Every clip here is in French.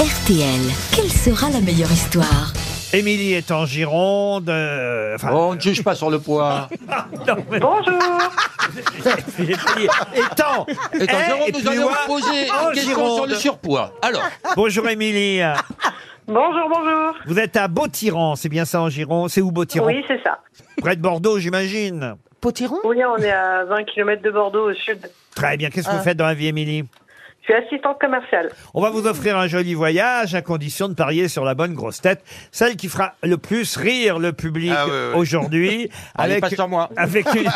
RTL, quelle sera la meilleure histoire Émilie est en Gironde. euh, enfin, Oh, on ne juge pas sur le poids. non, mais- Bonjour Émilie étant. Étant est Jérôme, Eh, et oh, nous plus allons loin vous poser en une question sur Gironde. le surpoids. Alors, Bonjour Émilie. Bonjour, bonjour Vous êtes à Beautiran, c'est bien ça en Gironde C'est où Beautiran Oui, c'est ça. Près de Bordeaux, j'imagine. Potiron Oui, on est à 20 km de Bordeaux, au sud. Très bien. Qu'est-ce que vous faites dans la vie, Émilie Je suis assistante commerciale. On va vous offrir un joli voyage à condition de parier sur la bonne grosse tête, celle qui fera le plus rire le public Ah, ouais, ouais. aujourd'hui. allez, passe sur moi. avec une-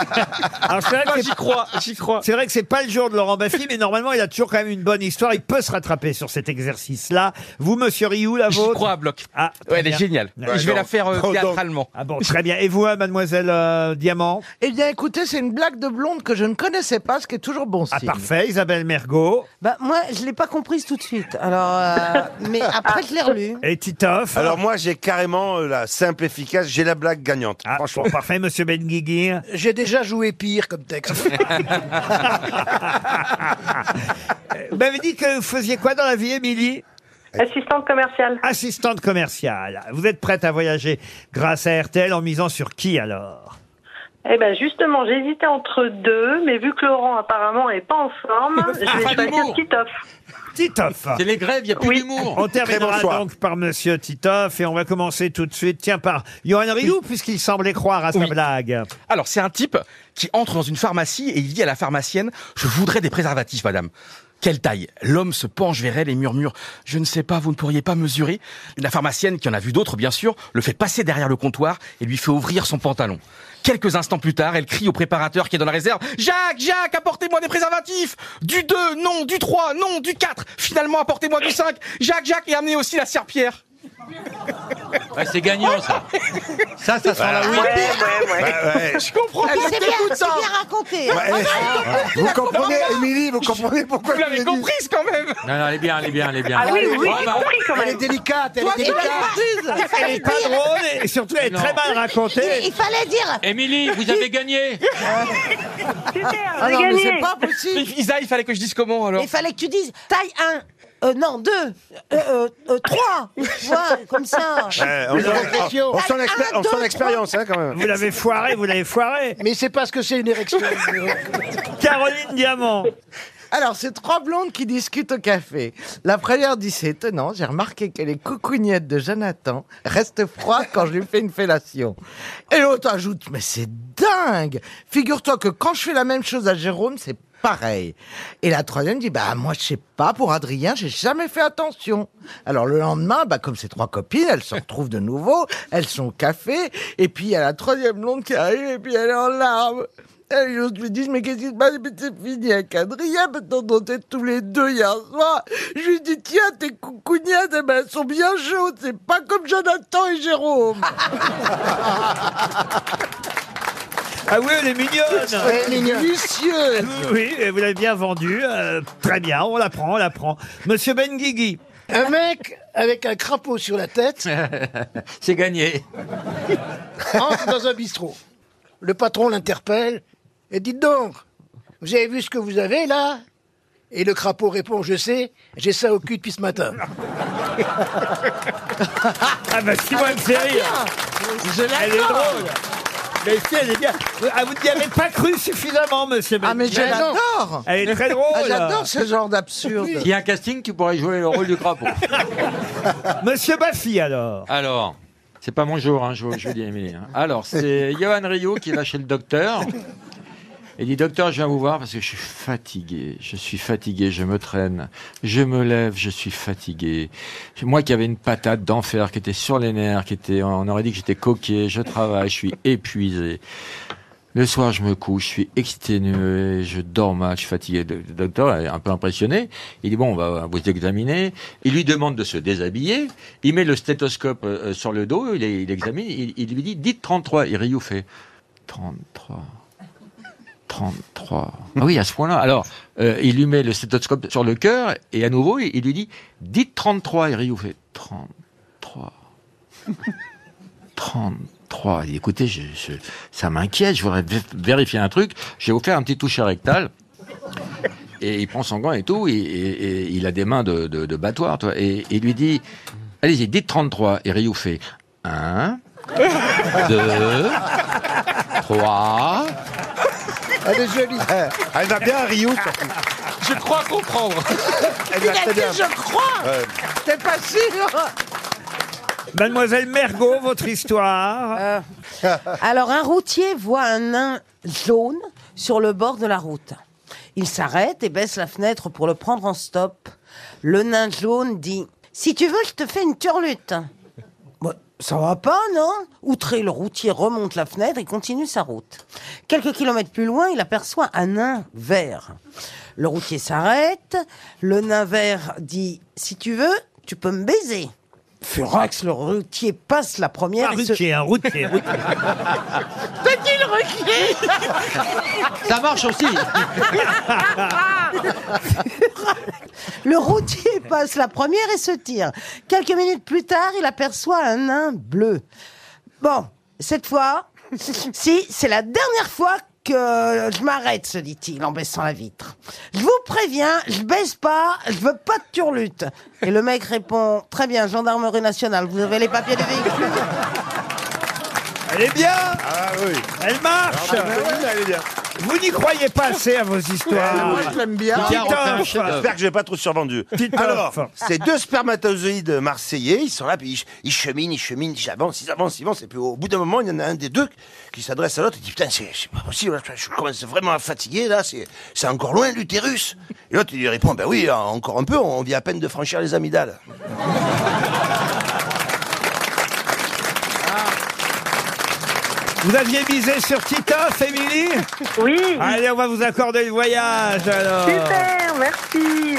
Alors, c'est vrai que c'est- J'y crois, j'y crois. C'est vrai que c'est pas le jour de Laurent Baffy, mais normalement, il a toujours quand même une bonne histoire. Il peut se rattraper sur cet exercice-là. Vous, monsieur Rioux, la J'y vôtre crois à bloc. Ah, Ouais, très elle est bien. géniale. Ouais, Et je vais non. la faire euh, Non, non. théâtralement. Ah bon, très bien. Et vous, hein, mademoiselle euh, Diamant Eh bien, écoutez, c'est une blague de blonde que je ne connaissais pas, ce qui est toujours bon Ah, signe. parfait. Isabelle Mergot Bah, moi, je l'ai pas comprise tout de suite. Alors, euh, mais après, Ah. je l'ai relue. et Titoff. Alors moi, j'ai carrément euh, la simple efficace, j'ai la blague gagnante. Ah, Franchement. Parfait, monsieur Benguigui. J'ai déjà joué pire comme texte. Eh Vous m'avez dit que vous faisiez quoi dans la vie, Émilie Assistante commerciale. Assistante commerciale. Vous êtes prête à voyager grâce à RTL en misant sur qui alors Eh ben justement, j'hésitais entre deux, mais vu que Laurent apparemment est pas en forme, je vais choisir l'humour. Titoff. Titoff. C'est les grèves, il n'y a plus d'humour. On terminera bon choix. donc par Monsieur Titoff et on va commencer tout de suite, tiens, par Johan Rioux, puisqu'il semblait croire à sa Oui. blague. Alors, c'est un type qui entre dans une pharmacie et il dit à la pharmacienne Je voudrais des préservatifs, madame. Quelle taille L'homme se penche vers elle et murmure Je ne sais pas, vous ne pourriez pas mesurer. La pharmacienne, qui en a vu d'autres, bien sûr, le fait passer derrière le comptoir et lui fait ouvrir son pantalon. Quelques instants plus tard, elle crie au préparateur qui est dans la réserve Jacques, Jacques, apportez-moi des préservatifs Du 2, non, du 3, non, du 4. Finalement, apportez-moi du 5. Jacques, Jacques, et amenez aussi la serpillère. c'est gagnant, ça. Ça, ça sera la Ouais, ouais, ouais. Bah, ouais. Je comprends pas, C'est c'est bien, dégoûtant. c'est bien raconté. hein. Ouais, vous comprenez, Émilie, vous comprenez pourquoi Vous je l'avez l'ai dit comprise quand même Non, non, elle est bien, elle est bien, elle est bien. bah, Ah oui, oui, j'ai bah, Bravo. compris quand Elle est même. délicate, elle est Il fallait délicate. dire- il Ah, Elle fallait est pas dire- drôle et surtout elle est Non. très mal il- racontée. il fallait dire. Émilie, vous avez gagné. Super, Ah j'ai non, mais c'est gagné. pas possible Isa, il fallait que je dise comment alors Il fallait que tu dises taille 1. Euh, non, 2. Euh, 3. Tu vois, comme ça. Ouais, on sent- on- on sent l'expé- Un, on sent deux, l'expérience, hein, quand même. Vous l'avez foiré, vous l'avez foiré. Mais c'est parce que c'est une érection. Caroline Diamant. Alors, c'est trois blondes qui discutent au café. La première dit C'est étonnant, j'ai remarqué que les coucougnettes de Jonathan restent froides quand je lui fais une fellation. Et l'autre ajoute Mais c'est dingue Figure-toi que quand je fais la même chose à Jérôme, c'est pareil. Et la troisième dit Bah, moi, je sais pas, pour Adrien, j'ai jamais fait attention. Alors, le lendemain, bah, comme ces trois copines, elles se retrouvent de nouveau, elles sont au café, et puis il y a la troisième blonde qui arrive, et puis elle est en larmes. Et les autres me disent, mais qu'est-ce qui se passe Mais C'est fini avec Adrien, maintenant on était tous les deux hier soir. Je lui dis, tiens, tes coucougnettes, eh ben, elles sont bien chaudes, c'est pas comme Jonathan et Jérôme. Ah oui, elle est mignonne. Elle est mignonne. Lucieux Oui, vous l'avez bien vendue. euh, très bien, on la prend, on la prend. Monsieur Benguigui. Un mec avec un crapaud sur la tête C'est gagné. entre dans un bistrot. Le patron l'interpelle et dit donc, vous avez vu ce que vous avez là Et le crapaud répond, je sais, j'ai ça au cul depuis ce matin. Ah bah si moi me fait rire. Elle est drôle. Mais si, elle est bien. Ah, vous n'y avez pas cru suffisamment, monsieur Ah mais Benguigui. Ben je l'adore Elle est très drôle. Ah, J'adore ce genre d'absurde Il y a un casting, tu pourrais jouer le rôle du crapaud. Monsieur Baffy, alors. Alors, c'est pas mon jour, hein, je, vous- je vous dis, Émilie. hein. Alors, c'est Johan Rio qui va chez le docteur. Il dit, docteur, je viens vous voir parce que je suis fatigué, je suis fatigué, je me traîne, je me lève, je suis fatigué. Moi qui avais une patate d'enfer, qui était sur les nerfs, qui était, on aurait dit que j'étais coquet, je travaille, je suis épuisé. Le soir, je me couche, je suis exténué, je dors mal, je suis fatigué. Le le docteur est un peu impressionné. Il dit, bon, on va vous examiner. Il lui demande de se déshabiller. Il met le stéthoscope euh, euh, sur le dos, il, est- il examine, il, il lui dit, dites 33. Et Ryu fait, 33. 33. Ah oui, à ce point-là. Alors, euh, il lui met le stéthoscope sur le cœur et à nouveau, il, il lui dit, dites 33. Et Ryu fait, 33. 33. Il dit, écoutez, je, je- ça m'inquiète, je voudrais vé- vérifier un truc. J'ai offert un petit toucher rectal. et il prend son gant et tout, et, et- et il a des mains de, de, de battoir, toi, et il lui dit, allez-y, dites 33, et Ryu fait 1, 2, 3, Elle est jolie. Elle va bien à Rio. Je crois comprendre. Elle Il va a très dit bien. je crois Euh, T'es pas sûr Mademoiselle Mergot, votre histoire. Euh, Alors, un routier voit un nain jaune sur le bord de la route. Il s'arrête et ben, baisse la fenêtre pour le prendre en stop. Le nain jaune dit Si tu veux, je te fais une turlute. Bah, ça va pas, non Outré, le routier remonte la fenêtre et continue sa route. Quelques kilomètres plus loin, il aperçoit un nain vert. Le routier s'arrête. Le nain vert dit Si tu veux, tu peux me baiser. Furax, le routier passe la Un première. et se- routier, un hein, routier. routier. ça marche aussi Le routier passe la première et se tire. Quelques minutes plus tard, il aperçoit un nain bleu. Bon, cette fois, si, c'est la dernière fois que je m'arrête, se dit-il en baissant la vitre. Je vous préviens, je baisse pas, je veux pas de turlute. Et le mec répond, très bien, gendarmerie nationale, vous avez les papiers du véhicule Elle est bien, Ah oui. elle marche. Elle est bien. Vous n'y croyez pas assez à vos histoires. Moi, je l'aime bien. Tiens, on fait un Titoff. chef-d'œuvre. J'espère que je n'ai pas trop survendu. Titoff. Alors, ces deux spermatozoïdes marseillais, ils sont là, puis ils, ils cheminent, ils cheminent, ils avancent, ils avancent, ils avancent. Et puis au bout d'un moment, il y en a un des deux qui s'adresse à l'autre et dit Putain, c'est c'est pas possible, là, je commence vraiment à fatiguer, là, c'est c'est encore loin l'utérus. Et l'autre, il lui répond Ben oui, encore un peu, on vient à peine de franchir les amygdales. Vous aviez misé sur Titoff, Émilie Oui, Ah. Allez, on va vous accorder le voyage alors. super, merci.